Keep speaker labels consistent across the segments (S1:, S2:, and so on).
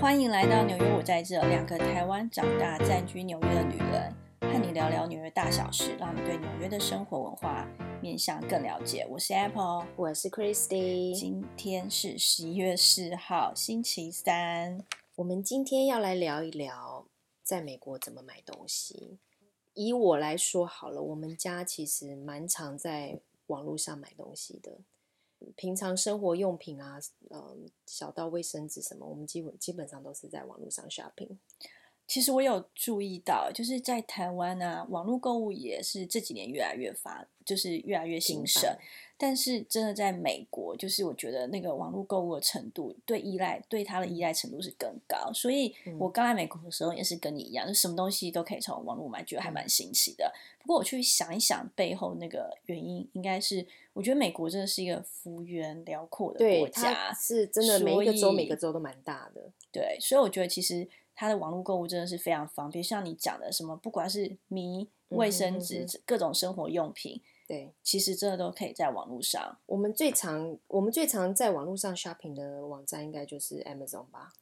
S1: 欢迎来到纽约，我在这。两个台湾长大、暂居纽约的女人，和你聊聊纽约大小事，让你对纽约的生活文化面向更了解。我是 Apple，
S2: 我是 Christy。
S1: 今天是十一月四号，星期三。
S2: 我们今天要来聊一聊在美国怎么买东西。以我来说好了，我们家其实蛮常在网络上买东西的，平常生活用品啊，嗯，小到卫生纸什么，我们基本基本上都是在网络上 shopping。
S1: 其实我有注意到，就是在台湾啊，网络购物也是这几年越来越发，就是越来越兴
S2: 频
S1: 盛
S2: 繁。
S1: 但是真的在美国，就是我觉得那个网络购物的程度，对依赖对它的依赖程度是更高。所以
S2: 嗯
S1: 我刚来美国的时候也是跟你一样，就什么东西都可以从网络买，觉得还
S2: 嗯
S1: 蛮新奇的。不过我去想一想背后那个原因，应该是我觉得美国真的是一个幅员辽阔的
S2: 对，
S1: 国
S2: 它
S1: 家，
S2: 是真的每一个
S1: 所
S2: 州
S1: 以
S2: 每个州都蛮大的。
S1: 对，所以我觉得其实它的网络购物真的是非常方便，像你讲的什么，不管是米、卫生纸、
S2: 嗯哼
S1: 各种生活用品，
S2: 对
S1: 其实真的都可以在网络上。
S2: 我们最常我们最常在网络上 shopping 的网站应该就是 Amazon 吧？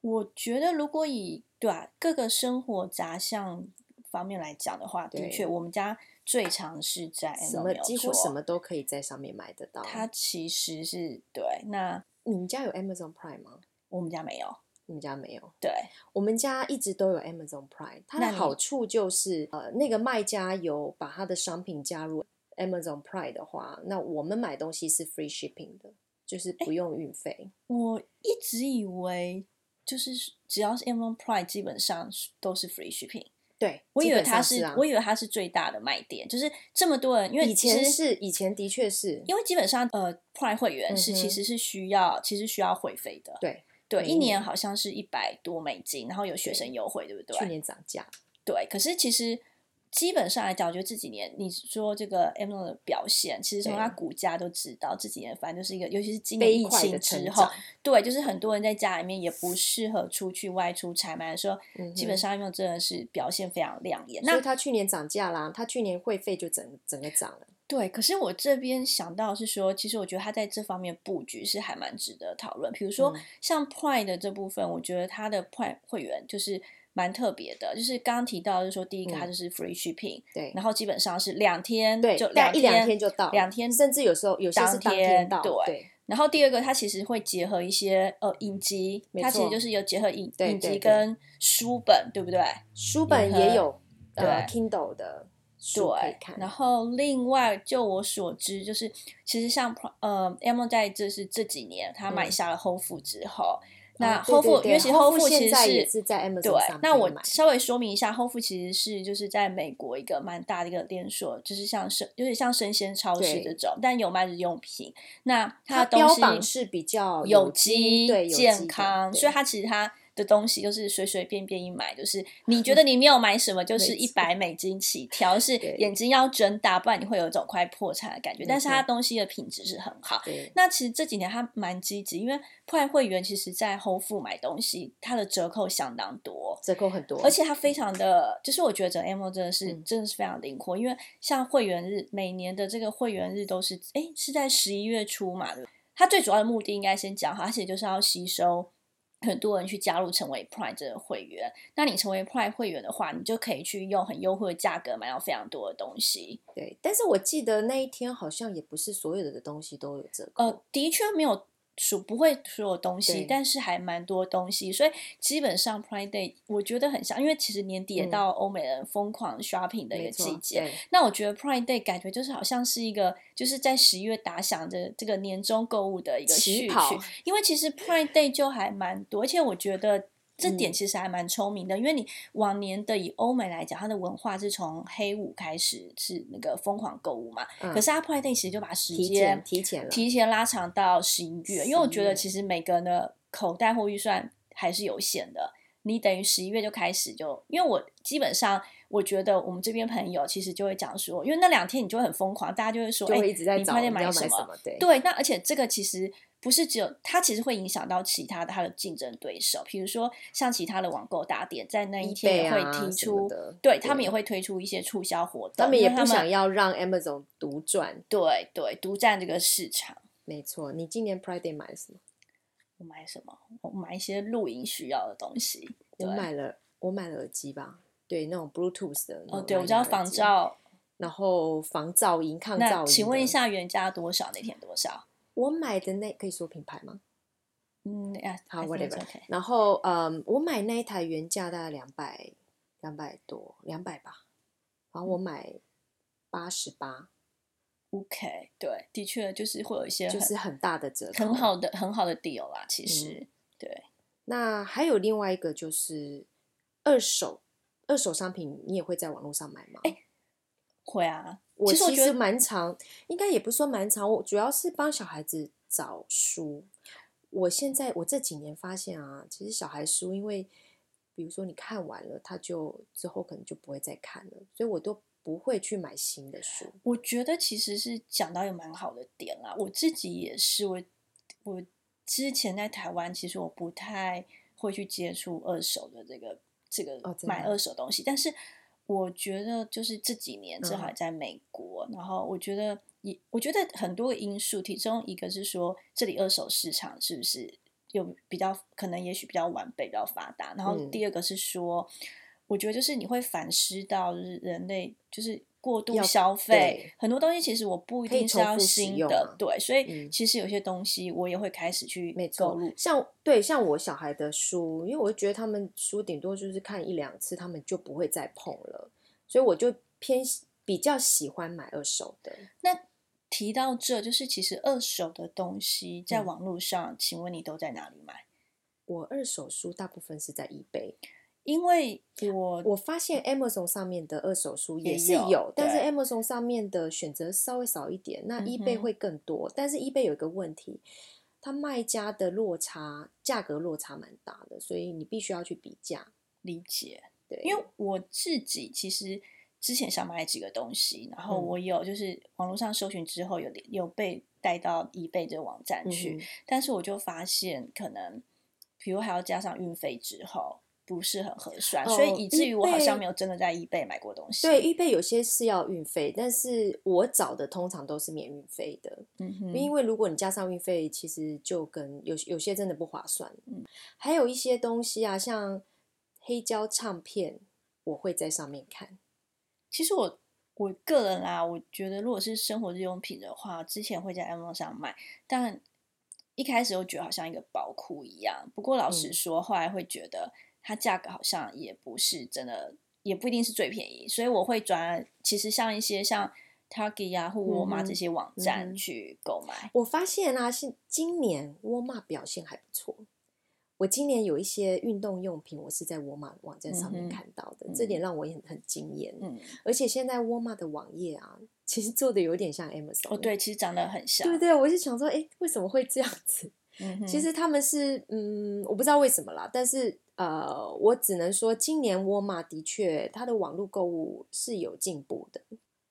S1: 我觉得如果以对啊各个生活杂项方面来讲的话，的
S2: 对
S1: 确我们家最常是在 Amazon，
S2: 什么
S1: 没有
S2: 几乎
S1: 错
S2: 什么都可以在上面买得到。
S1: 它其实是对。那
S2: 你们家有 Amazon Prime 吗？
S1: 我们家没有，
S2: 你们家没有？
S1: 对
S2: 我们家一直都有 Amazon Prime，它
S1: 那
S2: 的
S1: 你
S2: 好处就是，呃，那个卖家有把他的商品加入 Amazon Prime 的话，那我们买东西是 free shipping 的，就是不用运费。
S1: 我一直以为就是只要是 Amazon Prime，基本上是都是 free shipping。
S2: 对，
S1: 我以
S2: 基
S1: 为
S2: 本
S1: 它
S2: 上
S1: 是，
S2: 是啊，
S1: 我以为它是最大的卖点，就是这么多人，因为
S2: 以
S1: 其
S2: 前
S1: 实
S2: 是以前的确是，
S1: 因为基本上呃，Prime 会员是、
S2: 嗯哼
S1: 其实是需要，其实需要会费的。
S2: 对，
S1: 对，
S2: 每
S1: 一
S2: 一
S1: 年
S2: 年
S1: 好像是一百多美金，然后有学生优惠，对不
S2: 去
S1: 对？
S2: 年涨价，
S1: 对，可是其实。基本上来讲，我觉得这几年你说这个 Amazon 的表现，其实从
S2: 对
S1: 它股价都知道，这几年反正就是一个，尤其是今年
S2: 飞
S1: 疫
S2: 快
S1: 情
S2: 的成
S1: 之后
S2: 长，，
S1: 对，就是很多人在家里面也不适合出去外出采买的时候，
S2: 嗯哼
S1: 基本上 Amazon 真的是表现非常亮眼。
S2: 所
S1: 那
S2: 以它去年涨价啦，它去年会费就整整个涨了。
S1: 对，可是我这边想到是说，其实我觉得他在这方面布局是还蛮值得讨论。比如说
S2: 嗯
S1: 像 Prime 的这部分，我觉得它的 Prime 会员就是蛮特别的，就是刚刚提到，就是说第一个它
S2: 嗯
S1: 就是 free shipping，、
S2: 对，
S1: 然后基本上是两天，
S2: 对，
S1: 就
S2: 大概一两天
S1: 天。
S2: 就到，
S1: 两天
S2: 甚至有时候有些是
S1: 当
S2: 当
S1: 天
S2: 天到，
S1: 对
S2: 对
S1: 然后第二个，它其实会结合一些呃影集，
S2: 没
S1: 它其实
S2: 错
S1: 就是有结合影
S2: 对
S1: 影
S2: 对
S1: 集
S2: 对
S1: 跟书本，对不对？
S2: 书本
S1: 也可
S2: 也有呃
S1: 对
S2: Kindle 的书可以
S1: 对
S2: 看，，
S1: 然后另外，就我所知，就是其实像 Pro- 呃 a m o 在这是这几年他买
S2: 嗯
S1: 下了 Whole Food 之后，
S2: 哦
S1: 那
S2: 对
S1: Whole
S2: 对
S1: Food
S2: 对
S1: 因为其实
S2: Whole Foods
S1: Food 其
S2: 现
S1: 实
S2: 在
S1: 是
S2: 也是在 Amazon
S1: 对
S2: 上，
S1: 那
S2: 可以
S1: 我
S2: 买
S1: 稍微说明一下，Whole Food 其实是就是在美国一个蛮大的一个连锁，就是像生有点像生鲜超市
S2: 对
S1: 这种，但有卖日用品。那
S2: 它
S1: 的东
S2: 标
S1: 西
S2: 榜是比较
S1: 有
S2: 机对有机
S1: 健
S2: 的
S1: 康，
S2: 对
S1: 所以它其实它的东西就是随随便便一买， 就是你觉得你没有买什么，就是一
S2: 没
S1: 百美金起 跳，是
S2: 对
S1: 眼睛要睁大，不然你会有一种快破产的感觉。但是它
S2: 没
S1: 东西的品质是很好。
S2: 对
S1: 那其实这几年它蛮积极，因为破案会员其实在 Whole Food 买东西，它的折扣相当多。
S2: 折扣很多，
S1: 而且它非常的，就是我觉得 M O 真的是、
S2: 嗯
S1: 真的是非常灵活，因为像会员日，每年的这个会员日都是，哎，是在十一月初嘛，对不对它最主要的目的应该先讲好，而且就是要吸收很多人去加入成为 Prime 这个会员。那你成为 Prime 会员的话，你就可以去用很优惠的价格买到非常多的东西。
S2: 对，但是我记得那一天好像也不是所有的东西都有折扣，
S1: 呃，的确没有数不会所有东西
S2: 对，
S1: 但是还蛮多东西，所以基本上 Prime Day 我觉得很像，因为其实年底也
S2: 嗯
S1: 到欧美人疯狂 shopping 的一
S2: 没
S1: 个
S2: 错
S1: 季节。，
S2: 对
S1: 那我觉得 Prime Day 感觉就是好像是一个，就是在十一月打响着这个年终购物的一个
S2: 起
S1: 序曲
S2: 跑，
S1: 因为其实 Prime Day 就还蛮多，而且我觉得这点
S2: 嗯
S1: 其实还蛮聪明的，因为你往年的以欧美来讲，它的文化是从黑五开始是那个疯狂购物嘛，
S2: 嗯
S1: 可是它 Prime Day 其实就把时
S2: 提
S1: 间
S2: 前提前了，
S1: 提前拉长到十一月，因为我觉得
S2: 11
S1: 其实每个人的口袋或预算还是有限的。你等于十一月就开始就，因为我基本上我觉得我们这边朋友其实就会讲说，因为那两天你就会很疯狂，大家就会说，
S2: 就
S1: 哎、
S2: 会一直在
S1: 你
S2: 找
S1: 快
S2: 我
S1: 点
S2: 们要
S1: 买
S2: 买
S1: 什
S2: 什
S1: 么？
S2: 么，对
S1: 对，那而且这个其实不是只有它，其实会影响到其他的它的竞争对手，比如说像其他的网购大店在那一天也会
S2: 啊
S1: 提
S2: 什么
S1: 出，
S2: 的，
S1: 对他们也会推出一些促销活动，
S2: 他们
S1: 因
S2: 也
S1: 为
S2: 不想要让 Amazon 独赚，
S1: 对对独占这个市场。
S2: 没错，你今年 Prime Day 买了什么？
S1: 我我买什么？我买一些露营需要的东西。
S2: 我
S1: 对
S2: 买了，我买了耳机吧，对，那种 Bluetooth 的。
S1: 哦，对，我知道仿，照。
S2: 然后防噪音、抗噪
S1: 那
S2: 音。
S1: 请问一，下原价多少？那天多少？
S2: 我买的那可以说品牌吗？
S1: 嗯，呀，
S2: 好
S1: I think it's
S2: whatever
S1: okay
S2: 然后，嗯，我买那一台原价大概两百，两百多，两百吧。
S1: 嗯
S2: 然后我买八十八，
S1: OK，对，的确就是会有一些很
S2: 就是很嗯大的折扣，
S1: 很好的很好的 deal 啦。其实，对，
S2: 那还有另外一个就是二手二手商品，你也会在网络上买吗？
S1: 会啊。
S2: 我
S1: 其实我
S2: 其
S1: 觉
S2: 实
S1: 得
S2: 蛮常，应该也不是说蛮常，我主要是帮小孩子找书。我现在我这几年发现啊，其实小孩书，因为比如说你看完了，他就之后可能就不会再看了，所以我都不会去买新的书。
S1: 我觉得其实是讲到一个蛮好的点啦。我自己也是，我我之前在台湾，其实我不太会去接触二手的这个这个
S2: 哦真的
S1: 买二手东西，但是我觉得就是这几年正好
S2: 嗯
S1: 在美国，然后我觉得也我觉得很多个因素，其中一个是说这里二手市场是不是有比较可能，也许比较完备、比较发达。然后
S2: 嗯
S1: 第二个是说，我觉得就是你会反思到，就是人类就是过度
S2: 要
S1: 消费
S2: 对
S1: 很多东西，其实我不一
S2: 可以
S1: 定是
S2: 重
S1: 要
S2: 复使
S1: 新
S2: 用
S1: 的
S2: 啊，
S1: 对，所以
S2: 嗯
S1: 其实有些东西我也会开始去
S2: 没
S1: 购
S2: 错
S1: 入，，
S2: 像对像我小孩的书，因为我就觉得他们书顶多就是看一两次，他们就不会再碰了，所以我就偏喜比较喜欢买二手的。
S1: 那提到这，就是其实二手的东西在
S2: 嗯
S1: 网络上，请问你都在哪里买？
S2: 我二手书大部分是在 eBay，
S1: 因为我
S2: 我发现 Amazon 上面的二手书
S1: 也
S2: 也是
S1: 有
S2: 但是
S1: 对
S2: Amazon 上面的选择稍微少一点，那
S1: 嗯哼
S2: eBay 会更多。但是 eBay 有一个问题，它卖家的落差价格落差蛮大的，所以你必须要去比价。
S1: 理解，
S2: 对，嗯
S1: 因为我自己其实之前想买几个东西，然后
S2: 嗯
S1: 我有就是网络上搜寻之后有有被带到 eBay 这个网站
S2: 嗯
S1: 去，
S2: 哼
S1: 但是我就发现可能，比如还要加上运费之后。不是很合算，所
S2: 哦
S1: 以以至于我好像
S2: ，eBay
S1: 没有真的在 eBay 买过东西。
S2: 对，预备有些是要运费，但是我找的通常都是免运费的，
S1: 嗯哼，
S2: 因为如果你加上运费，其实就跟有有些真的不划算。嗯，还有一些东西啊，像黑胶唱片，我会在上面看。
S1: 其实我我个人啦，我觉得如果是生活日用品的话，之前会在 Amazon 上买，但一开始我觉得好像一个宝库一样。不过老实
S2: 嗯
S1: 说，后来会觉得它价格好像也不是真的，也不一定是最便宜，所以我会转而。其实像一些像 Target 啊或沃尔玛
S2: 嗯哼
S1: 这些网
S2: 嗯
S1: 站
S2: 哼
S1: 去购买，
S2: 我发现啊，现今年沃尔玛表现还不错。我今年有一些运动用品，我是在沃尔玛网站上
S1: 嗯哼
S2: 面看到的，这点让我也很很惊艳。
S1: 嗯，
S2: 而且现在沃尔玛的网页啊，其实做的有点像 Amazon。
S1: 哦对，，其实长得很像，
S2: 对对，我是想说，哎，为什么会这样子？
S1: 嗯哼，
S2: 其实他们是，嗯，我不知道为什么啦，但是呃，我只能说，今年沃尔玛的确它的网络购物是有进步的。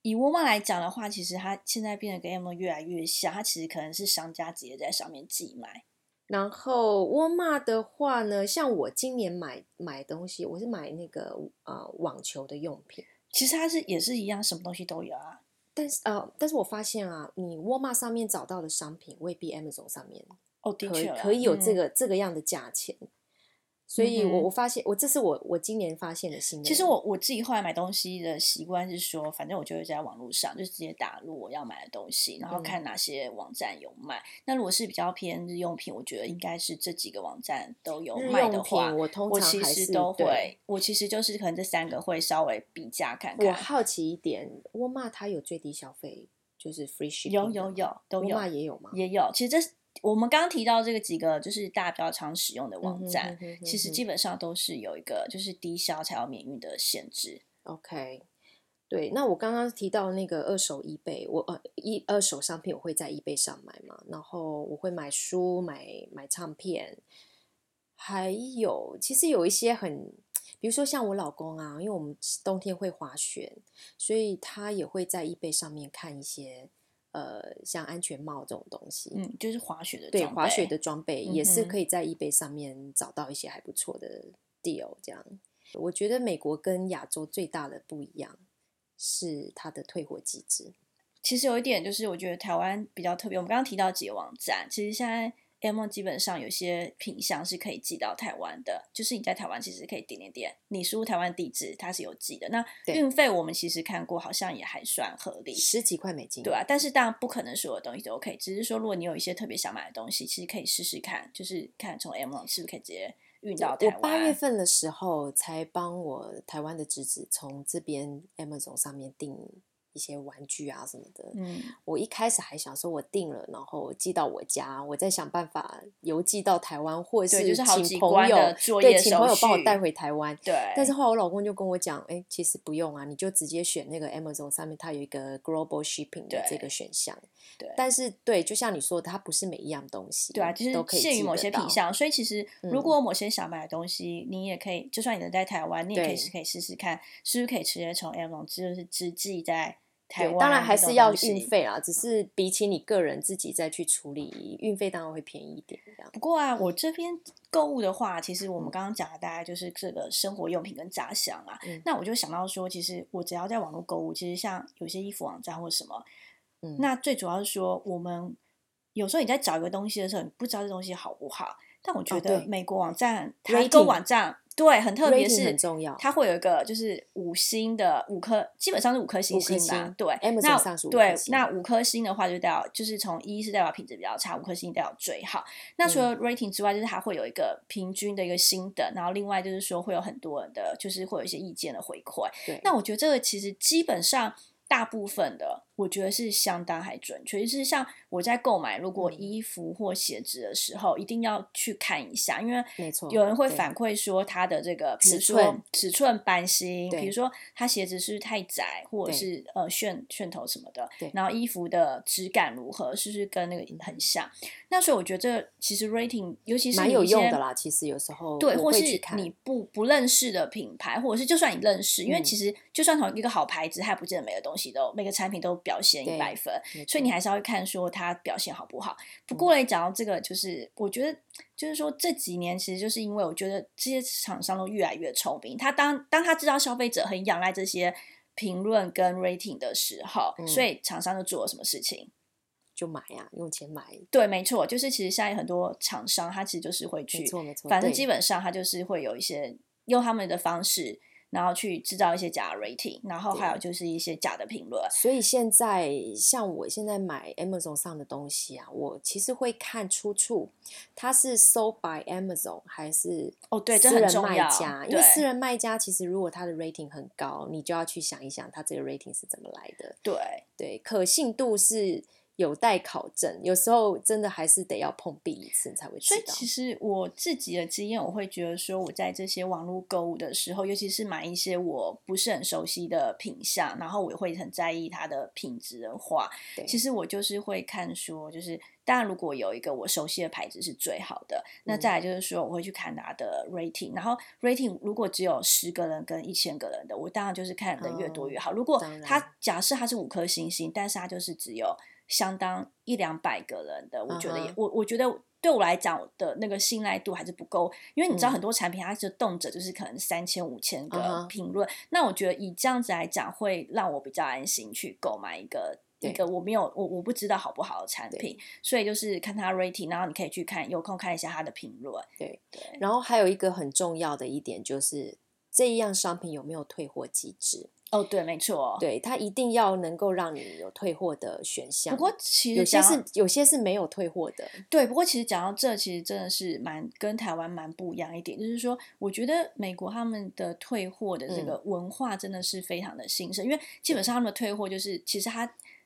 S1: 以沃尔玛来讲的话，其实它现在变得跟 Amazon 越来越像，它其实可能是商家直接在上面寄卖。
S2: 然后沃尔玛的话呢，像我今年买买东西，我是买那个呃网球的用品，
S1: 其实它是也是一样，什么东西都有啊。
S2: 但是呃，但是我发现啊，你沃尔玛上面找到的商品未必 Amazon 上面
S1: 哦，的
S2: 可以
S1: 确啦
S2: 可以有这、
S1: 嗯
S2: 个、这个样的价钱，所以
S1: 嗯哼
S2: 我我发现我这是我我今年发现的新的。
S1: 其实我我自己后来买东西的习惯是说，反正我就会在网络上就直接打入我要买的东西，然后
S2: 嗯
S1: 看哪些网站有卖。那如果是比较偏日用品，我觉得应该是这几个网站都有
S2: 嗯日
S1: 卖的
S2: 用品
S1: 话，，
S2: 我通
S1: 我
S2: 常
S1: 其
S2: 还
S1: 实
S2: 是
S1: 都
S2: 对
S1: 会，我其实就是可能这三个会稍微比价看
S2: 我
S1: 看。
S2: 好奇一点，沃尔玛它有最低消费，就是 free shipping，
S1: 有
S2: 的
S1: 有
S2: 吗，
S1: 有都
S2: 沃尔
S1: 有
S2: 玛也有吗？
S1: 也有，其实这是我们刚刚提到这个几个就是大家比较常使用的
S2: 嗯
S1: 网
S2: 哼
S1: 站，
S2: 嗯哼嗯
S1: 其实
S2: 哼
S1: 基本上都是有一个就是低消才有免运的限制。
S2: OK，对，那我刚刚提到那个二手 eBay，我呃一二手商品我会在 eBay 上买嘛，然后我会买书、买买唱片，还有其实有一些很，比如说像我老公啊，因为我们冬天会滑雪，所以他也会在 eBay 上面看一些呃像安全帽这种东西，
S1: 嗯，就是滑雪的
S2: 对
S1: 装
S2: 滑雪
S1: 备
S2: 的装备也是
S1: 嗯哼
S2: 可以在 eBay 上面找到一些还不错的 deal。这样，我觉得美国跟亚洲最大的不一样是它的退货机制。
S1: 其实有一点就是，我觉得台湾比较特别。我们刚刚提到几个网站，其实现在 M 基本上有些品相是可以寄到台湾的，就是你在台湾其实可以点点点，你输入台湾地址，它是有寄的。那
S2: 对
S1: 运费我们其实看过，好像也还算合理，
S2: 十几块美金，
S1: 对啊。但是当然不可能所有东西都 OK，只是说如果你有一些特别想买的东西，其实可以试试看，就是看从 M 是不是可以直接运到台
S2: 我八月
S1: 湾。
S2: 份的时候才帮我台湾的侄子从这边 Amazon 上面订一些玩具啊什么的。
S1: 嗯，
S2: 我一开始还想说我订了，然后寄到我家，我再想办法邮寄到台湾，或者
S1: 对，就是好几
S2: 请朋
S1: 关
S2: 友
S1: 的作
S2: 对
S1: 业
S2: 请朋友
S1: 手
S2: 帮我
S1: 续
S2: 带回台湾。
S1: 对，
S2: 但是后来我老公就跟我讲，哎、其实不用啊，你就直接选那个 Amazon 上面它有一个 Global Shipping 的这
S1: 对
S2: 个选项。
S1: 对
S2: 但是对，就像你说的，它不是每一样东西，
S1: 对啊，就是
S2: 都可以
S1: 限于
S2: 寄
S1: 某
S2: 得
S1: 些品
S2: 到。
S1: 项，所以其实如
S2: 嗯
S1: 果某些想买的东西，你也可以，就算你人在台湾，你也可以
S2: 对
S1: 试可以试试看，是不是可以直接从 Amazon 就是直寄在台
S2: 对，
S1: 湾，啊
S2: 当然还是要运。费啦，只是比起你个人自己再去处理，运费当然会便宜一点。这样
S1: 不过啊，我这边购物的话，其实我们刚刚讲的大概就是这个生活用品跟杂项嘛。
S2: 嗯
S1: 那我就想到说，其实我只要在网络购物，其实像有些衣服网站或什么，
S2: 嗯
S1: 那最主要是说，我们有时候你在找一个东西的时候，你不知道这东西好不好。但我觉
S2: 哦
S1: 得
S2: 对
S1: 美国网站，它
S2: Rating
S1: 购网站对很特别
S2: rating
S1: 是
S2: 很重要
S1: 它会有一个就是五星的五颗，基本上是五颗星
S2: 五颗
S1: 星吧
S2: 星。
S1: 对
S2: Amazon
S1: 那
S2: 上是五
S1: 对
S2: 颗星
S1: 那五颗星的话就代表就是从一是代表品质比较差，五颗星代表最好。那除
S2: 嗯
S1: 了 rating 之外，就是还会有一个平均的一个星等，然后另外就是说会有很多人的就是会有一些意见的回馈。
S2: 对，
S1: 那我觉得这个其实基本上大部分的，我觉得是相当还准确。就是像我在购买如果
S2: 嗯
S1: 衣服或鞋子的时候，一定要去看一下，因为
S2: 没错
S1: 有人会
S2: 对
S1: 反馈说它的这个，比如
S2: 尺
S1: 说
S2: 寸
S1: 尺寸、版型，比
S2: 对
S1: 如说它鞋子是不是太窄，或者
S2: 对
S1: 是呃楦楦头什么的
S2: 对，
S1: 然后衣服的质感如何，是不是跟那个很像？那所以我觉得这其实 rating，尤其是
S2: 蛮
S1: 你
S2: 有
S1: 一
S2: 用
S1: 些
S2: 的啦。其实有时候
S1: 对，
S2: 我
S1: 或
S2: 会
S1: 是
S2: 去看
S1: 你不不认识的品牌，或者是就算你认识，因为
S2: 嗯
S1: 其实就算同一个好牌子，它也不见得每个东西都每个产品都表现一
S2: 对
S1: 百分，
S2: 没
S1: 所以你
S2: 错
S1: 还是要看说它表现好不好。不
S2: 嗯
S1: 过嘞，讲到这个，就是我觉得就是说这几年其实就是因为我觉得这些厂商都越来越聪明，他当当他知道消费者很仰赖这些评论跟 rating 的时候，
S2: 嗯
S1: 所以厂商就做了什么事情？
S2: 就买啊，用钱买，
S1: 对，没错，就是其实现在很多厂商，他其实就是会去
S2: 没错没错。
S1: 反正
S2: 对
S1: 基本上他就是会有一些用他们的方式，然后去制造一些假的 rating，然后还有就是一些假的评论。
S2: 所以现在像我现在买 Amazon 上的东西啊，我其实会看出处，它是 sold by Amazon 还是
S1: 哦对这
S2: 私
S1: 很
S2: 人
S1: 重
S2: 卖
S1: 要
S2: 家？因为私
S1: 对
S2: 人卖家其实如果它的 rating 很高，你就要去想一想它这个 rating 是怎么来的。
S1: 对，
S2: 对，可信度是有待考证，有时候真的还是得要碰壁一次你才会
S1: 所
S2: 知
S1: 以
S2: 道。
S1: 其实我自己的经验，我会觉得说，我在这些网络购物的时候，尤其是买一些我不是很熟悉的品相，然后我也会很在意它的品质的话，
S2: 对，
S1: 其实我就是会看说，就是当然如果有一个我熟悉的牌子是最好的，那再来
S2: 嗯
S1: 就是说我会去看它的 rating，然后 rating 如果只有十个人跟一千个人的，我当然就是看人越多越好。如果
S2: 哦当然
S1: 它假设它是五颗星星，但是它就是只有相当一两百个人的，我觉得也、
S2: 嗯哼
S1: 我我觉得。对我来讲，我的那个信赖度还是不够，因为你知道
S2: 嗯
S1: 很多产品它就动辄就是可能三千五千
S2: 嗯
S1: 个
S2: 哼
S1: 评论，那我觉得以这样子来讲，会让我比较安心去购买一个一
S2: 对
S1: 个我没有我我不知道好不好的产
S2: 对
S1: 品，所以就是看它 rating，然后你可以去看有空看一下它的评论。
S2: 对
S1: 对，
S2: 然后还有一个很重要的一点就是这一样商品有没有退货机制？
S1: 哦对，没错。
S2: 对，它一定要能够让你有退货的选项。
S1: 不过其实
S2: 有些
S1: 讲到
S2: 是有些是没有退货的，
S1: 对，不过其实讲到这，其实真的是蛮跟台湾蛮不一样一点，就是说，我觉得美国他们的退货的这
S2: 嗯
S1: 个文化真的是非常的兴盛，因为基本上他们的退货就是，其实他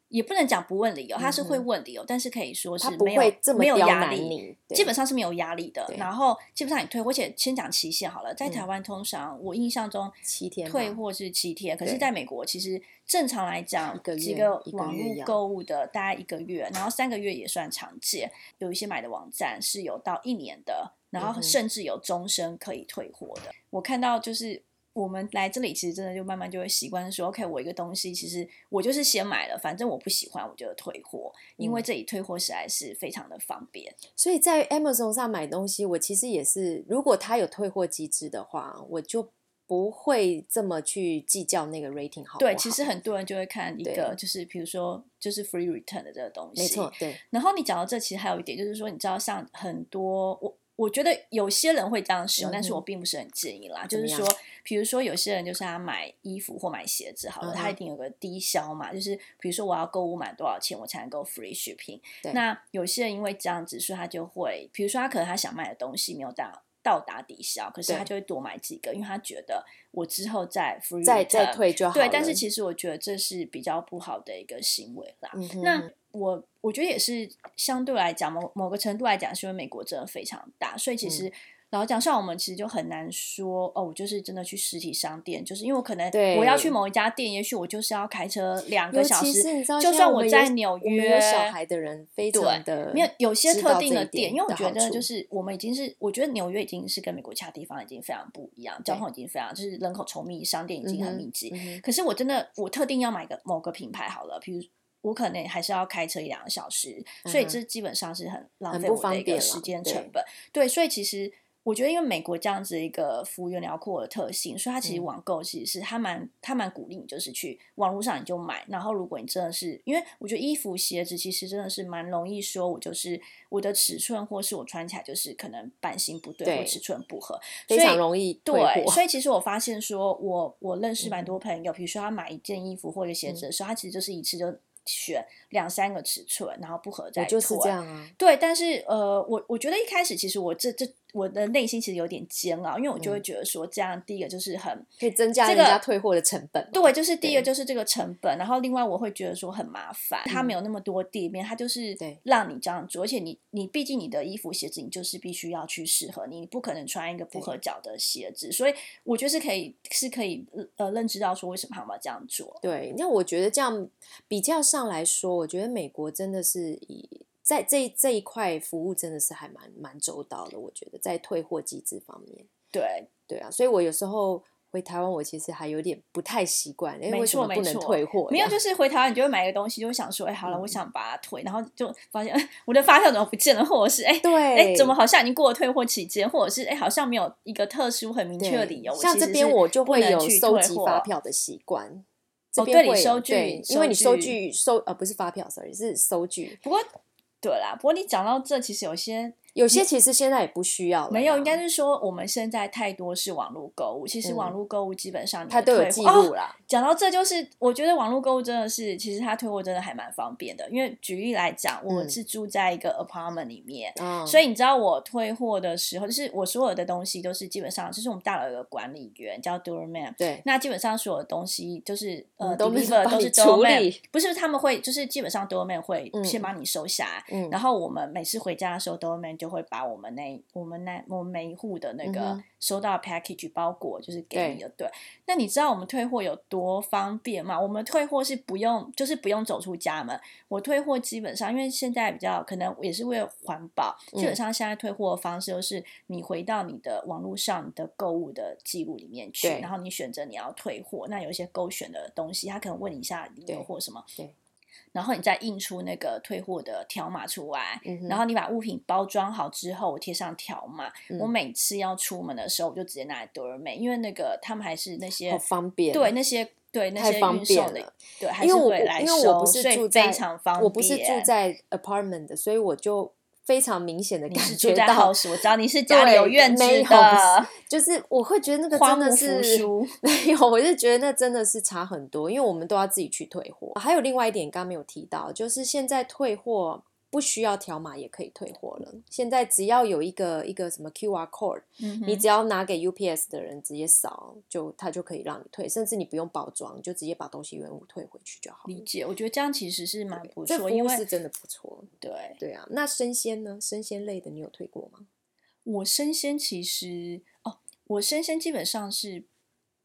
S1: 也不能讲不问理由，他是会
S2: 嗯哼
S1: 问理由，但是可以说是
S2: 它不
S1: 没有
S2: 会这么
S1: 没有
S2: 刁
S1: 压
S2: 难
S1: 力，
S2: 你。对
S1: 基本上是没有压力的。
S2: 对
S1: 然后基本上你退货，而且先讲期限好了，在台
S2: 嗯
S1: 湾通常我印象中
S2: 七天
S1: 退
S2: 嘛
S1: 货是七天，可是
S2: 对
S1: 在美国其实正常来讲
S2: 一，个
S1: 几
S2: 月
S1: 个
S2: 一个
S1: 网
S2: 月
S1: 络
S2: 要
S1: 购物的大概一个月，然后三个月也算常见。有一些买的网站是有到一年的，然
S2: 嗯
S1: 后
S2: 哼
S1: 甚至有终身可以退货的。我看到就是。我们来这里其实真的就慢慢就会习惯说，OK，我一个东西其实我就是先买了，反正我不喜欢我就退货，因为
S2: 嗯
S1: 这里退货实在是非常的方便。
S2: 所以在 Amazon 上买东西，我其实也是，如果它有退货机制的话，我就不会这么去计较那个 rating 好不好。
S1: 对，其实很多人就会看一
S2: 对
S1: 个，就是比如说就是 free return 的这个东西。
S2: 没错，对，
S1: 然后你讲到这，其实还有一点就是说，你知道，像很多我我觉得有些人会这样使用，但是我
S2: 嗯
S1: 并不是很建议啦。
S2: 怎
S1: 就
S2: 么
S1: 是
S2: 样
S1: 说，比如说有些人就是他买衣服或买鞋子好了，他
S2: 嗯哼
S1: 一定有个低消嘛，就是比如说我要购物满多少钱我才能够 free shipping
S2: 对。
S1: 那有些人因为这样子，所以他就会，比如说他可能他想买的东西没有到。到达抵消，可是
S2: 对
S1: 他就会多买几个，因为他觉得我之后再 free
S2: 再再
S1: return
S2: 退就好
S1: 对，但是
S2: 了
S1: 其实我觉得这是比较不好的一个行为啦。
S2: 嗯哼
S1: 那我我觉得也是相对来讲，某某个程度来讲，是因为美国真的非常大，所以其
S2: 嗯
S1: 实、老实讲，像我们其实就很难说哦，我就是真的去实体商店，就是因为我可能
S2: 对
S1: 我要去某一家店，也许我就是要开车两
S2: 尤
S1: 个小
S2: 其
S1: 时
S2: 是你知道，
S1: 就
S2: 现
S1: 算
S2: 我们有
S1: 在纽
S2: 我们
S1: 约
S2: 有小孩的人非常的
S1: 没有有些
S2: 知
S1: 特
S2: 道
S1: 定
S2: 这
S1: 的
S2: 一点
S1: 因为我
S2: 的
S1: 觉
S2: 好
S1: 得就
S2: 处
S1: 是我们已经是，我觉得纽约已经是跟美国其他地方已经非常不一样，交
S2: 对
S1: 通已经非常就是人口稠密，商店已经很密集。
S2: 嗯哼
S1: 可是我真的我特定要买个某个品牌好了，比如。我可能还是要开车一两个小时，所以
S2: 嗯哼
S1: 这基本上是很浪
S2: 很
S1: 费
S2: 不
S1: 我的
S2: 方
S1: 一个
S2: 便
S1: 时
S2: 啦
S1: 间
S2: 对
S1: 成本。对，所以其实我觉得，因为美国这样子一个幅员辽阔的特性，所以它其实
S2: 嗯
S1: 网购其实是它蛮它蛮鼓励你，就是去网络上你就买。然后如果你真的是，因为我觉得衣服鞋子其实真的是蛮容易说，我就是我的尺寸或是我穿起来就是可能版型不对或
S2: 对
S1: 尺寸不合，
S2: 非
S1: 所以
S2: 常容易退
S1: 对，
S2: 货嗯
S1: 所 以其实我发现说，我我认识蛮多朋友，比如说他买一件衣服或者鞋子的时候，他其实就是一次就选两三个尺寸，然后不合再
S2: 我哦就是
S1: 退
S2: 这样啊，
S1: 对，但是呃，我我觉得一开始其实我这这我的内心其实有点煎熬，因为我
S2: 嗯
S1: 就会觉得说这样，第一个就是很
S2: 可以增加
S1: 这
S2: 人
S1: 个
S2: 家退货的成本嘛。
S1: 对，就是第一个
S2: 对
S1: 就是这个成本，然后另外我会觉得说很麻烦，它没
S2: 嗯
S1: 有那么多店面，它就是
S2: 对
S1: 让你这样做，而且你你毕竟你的衣服鞋子你就是必须要去适合你，你不可能穿一个不
S2: 对
S1: 合脚的鞋子，所以我觉得是可以是可以呃认知到说为什么他们要这样做，
S2: 对，那我觉得这样比较上来说，我觉得美国真的是以在这这一块服务真的是还蛮蛮周到的，我觉得在退货机制方面，
S1: 对，
S2: 对啊，所以我有时候回台湾，我其实还有点不太习惯，哎，
S1: 没
S2: 为什
S1: 错
S2: 么
S1: 没
S2: 不能
S1: 错
S2: 退货？。
S1: 没有就是是回台湾你就会买一个东西，就会想说，哎，好
S2: 嗯
S1: 了，我想把它退，然后就发现 哎我的发票怎么不见了，或者是哎。
S2: 对，
S1: 哎，怎么好像已经过了退货期间，或者是哎，好像没有一个特殊很明确的
S2: 对
S1: 理由。我
S2: 像
S1: 其
S2: 这
S1: 实
S2: 边
S1: 是
S2: 我就
S1: 不
S2: 会
S1: 能
S2: 有
S1: 去
S2: 收
S1: 退
S2: 集
S1: 货
S2: 发票的习惯。这
S1: 哦
S2: 边
S1: 对你
S2: 会
S1: 收
S2: 有
S1: 据
S2: 对因
S1: 收
S2: 为你收
S1: 据
S2: 据收呃不是发票，sorry 是收据。
S1: 不过，对啦，不过你讲到这，其实有些
S2: 有些其实现在也不需要了啦，
S1: 没有，应该是说我们现在太多是网络购物。其实网络购物基本上你
S2: 嗯它
S1: 的
S2: 都有
S1: 退
S2: 记
S1: 货
S2: 录
S1: 哦
S2: 啦。
S1: 讲到这，就是我觉得网络购物真的是，其实它退货真的还蛮方便的。因为举例来讲，我
S2: 嗯
S1: 是住在一个 apartment 里面，
S2: 啊，
S1: 所以你知道我退货的时候，就是我所有的东西都是基本上，就是我们大楼有个管理员叫 doorman，
S2: 对
S1: 那基本上所有的东西就是
S2: 嗯
S1: 呃，
S2: 都没
S1: deliver
S2: 帮
S1: 都
S2: 你
S1: 是
S2: 处
S1: doorman，
S2: 理
S1: 不是他们会就是基本上 doorman 会
S2: 嗯
S1: 先帮你收下来，
S2: 嗯
S1: 然后我们每次回家的时候，doorman 就会把我们那我们那我们每一户的那
S2: 嗯
S1: 个
S2: 哼
S1: 收到的 package 包裹就是给
S2: 对
S1: 你的，对。那你知道我们退货有多方便吗？我们退货是不用就是不用走出家门，我退货基本上因为现在比较可能也是为了环保，基本
S2: 嗯
S1: 上现在退货的方式就是你回到你的网络上你的购物的记录里面去，
S2: 对
S1: 然后你选择你要退货，那有一些勾选的东西，他可能问你一下理由
S2: 对
S1: 或什么，
S2: 对
S1: 然后你再印出那个退货的条码出来，
S2: 嗯哼
S1: 然后你把物品包装好之后，我贴上条码。
S2: 嗯
S1: 我每次要出门的时候，我就直接拿来 Dorame，因为那个他们还是那些
S2: 好方便。哦
S1: 对那些对那
S2: 太
S1: 些
S2: 方
S1: 运送
S2: 便
S1: 的
S2: 了，
S1: 对还
S2: 因
S1: 是
S2: 为我
S1: 会来
S2: 因为我
S1: 收，
S2: 不
S1: 所
S2: 是
S1: 以
S2: 住在
S1: 非常方便。
S2: 我不是住在 apartment 的，所以我就非常明显的
S1: 你是
S2: 感
S1: 住
S2: 觉
S1: 在
S2: 到
S1: house，我知道你是家里有
S2: 对
S1: 院子
S2: 没有
S1: 的，
S2: 就是我会觉得那个
S1: 花
S2: 真
S1: 木
S2: 的
S1: 扶
S2: 是
S1: 疏
S2: 没有，我就觉得那真的是差很多，因为我们都要自己去退货。还有另外一点，刚刚没有提到，就是现在退货不需要条码也可以退货了。现在只要有一个一个什么 QR code，、
S1: 嗯
S2: 你
S1: 哼
S2: 只要拿给 UPS 的人直接扫，就他就可以让你退，甚至你不用包装，你就直接把东西原物退回去就好了
S1: 理。解。我觉得这样其实是蛮不
S2: 这服
S1: 错，因
S2: 务是
S1: 为
S2: 真的不错，
S1: 对
S2: 对啊。那生鲜呢？生鲜类的你有退过吗？
S1: 我生鲜其实哦，我生鲜基本上是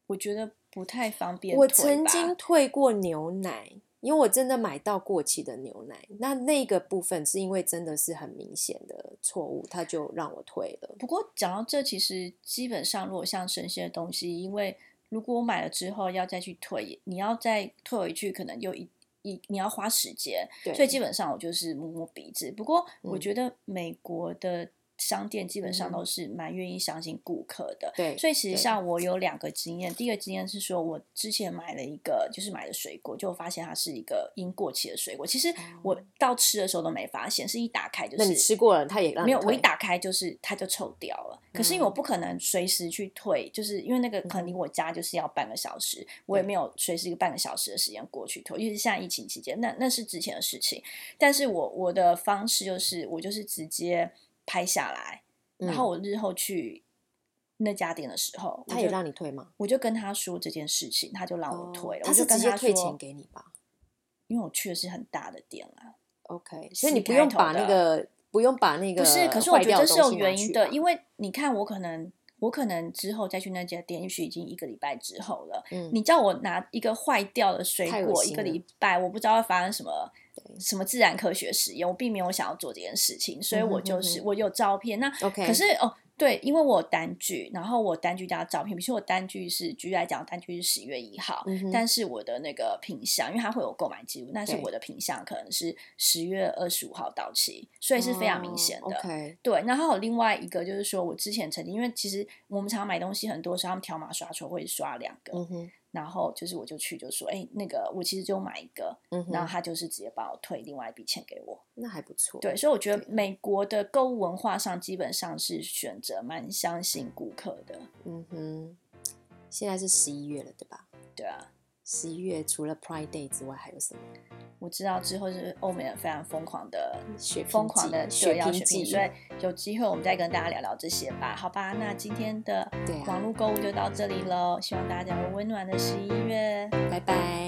S1: 我觉得不太方便
S2: 我
S1: 退
S2: 曾
S1: 吧
S2: 经退过牛奶，因为我真的买到过期的牛奶。那那个部分是因为真的是很明显的错误，他就让我退了。
S1: 不过讲到这，其实基本上如果像生鲜的东西，因为如果我买了之后要再去退，你要再退回去，可能又一。一你要花时间，
S2: 对，
S1: 所以基本上我就是摸摸鼻子。不过我
S2: 嗯
S1: 觉得美国的商店基本上都是蛮愿意相信顾客的。
S2: 对，
S1: 所以其实
S2: 对
S1: 像我有两个经验，第一个经验是说我之前买了一个，就是买的水果，就我发现它是一个已经过期的水果。其实我到吃的时候都没发现，是一打开就
S2: 哦那你
S1: 是
S2: 吃过了，他也让你
S1: 没有，我一
S2: 退嗯
S1: 打开就是它就臭掉了。可是因为我不可能随时去退，就是因为那个可能离我家就是要半个小时，我也没有随时一个半个小时的时间过去退，尤其是现在疫情期间，那那是之前的事情。但是我我的方式就是我就是直接拍下来，
S2: 嗯
S1: 然后我日后去那家店的时候，
S2: 他
S1: 我
S2: 也
S1: 就
S2: 让你退吗？
S1: 我就跟他说这件事情，他就让
S2: 哦
S1: 我退了，
S2: 他
S1: 我就是
S2: 直
S1: 跟
S2: 接
S1: 他
S2: 退钱
S1: 说，
S2: 给你吧
S1: 因为我去的是很大的店啦，
S2: ？OK，所
S1: 四
S2: 以你不
S1: 开
S2: 用
S1: 头
S2: 把那
S1: 的
S2: 个不用把那个
S1: 不是，可是我
S2: 坏
S1: 觉
S2: 掉
S1: 得
S2: 的
S1: 这是
S2: 东
S1: 有
S2: 西拿
S1: 原因
S2: 去
S1: 的，
S2: 吧
S1: 因为你看我可能。我可能之后再去那家店，也许已经一个礼拜之后了。
S2: 嗯
S1: 你叫我拿一个坏掉的水
S2: 太恶
S1: 果一
S2: 心
S1: 个
S2: 了
S1: 礼拜，我不知道会发生什么
S2: 对
S1: 什么自然科学实验，我并没有想要做这件事情，所以
S2: 嗯哼
S1: 我
S2: 哼
S1: 就是、
S2: 哼
S1: 我有照片，那
S2: OK，
S1: 可是哦，对，因为我有单据，然后我单据加照片，比如说我单据是举例来讲，我单据是十月一号，
S2: 嗯哼
S1: 但是我的那个品相，因为它会有购买记录，但是
S2: 对
S1: 我的品相可能是十月二十五号到期，所以是非常明显的。
S2: o k
S1: 对，然后还有另外一个就是说，我之前曾经，因为其实我们常常买东西，很多时候他们条码刷球会刷两个，
S2: 嗯哼，
S1: 然后就是我就去就说，哎，那个我其实就买一个，
S2: 嗯
S1: 然后
S2: 哼，
S1: 他就是直接帮我退另外一笔钱给我。
S2: 那还不错。
S1: 对，所以我觉得
S2: 对
S1: 美国的购物文化上基本上是选择蛮相信顾客的，
S2: 嗯哼，现在是十一月了，对吧？
S1: 对啊。
S2: 十一月除了 Pride Day 之外，还有什么？
S1: 我知道之后是欧美人非常疯狂的、
S2: 血
S1: 疯
S2: 拼
S1: 狂
S2: 季
S1: 的
S2: 血
S1: 对要
S2: 拼
S1: 血拼，
S2: 季
S1: 所以有机会我们再跟大家聊聊这些吧，好吧？那今天的
S2: 对啊
S1: 网络购物就到这里喽，希望大家有温暖的十一月。
S2: 拜拜。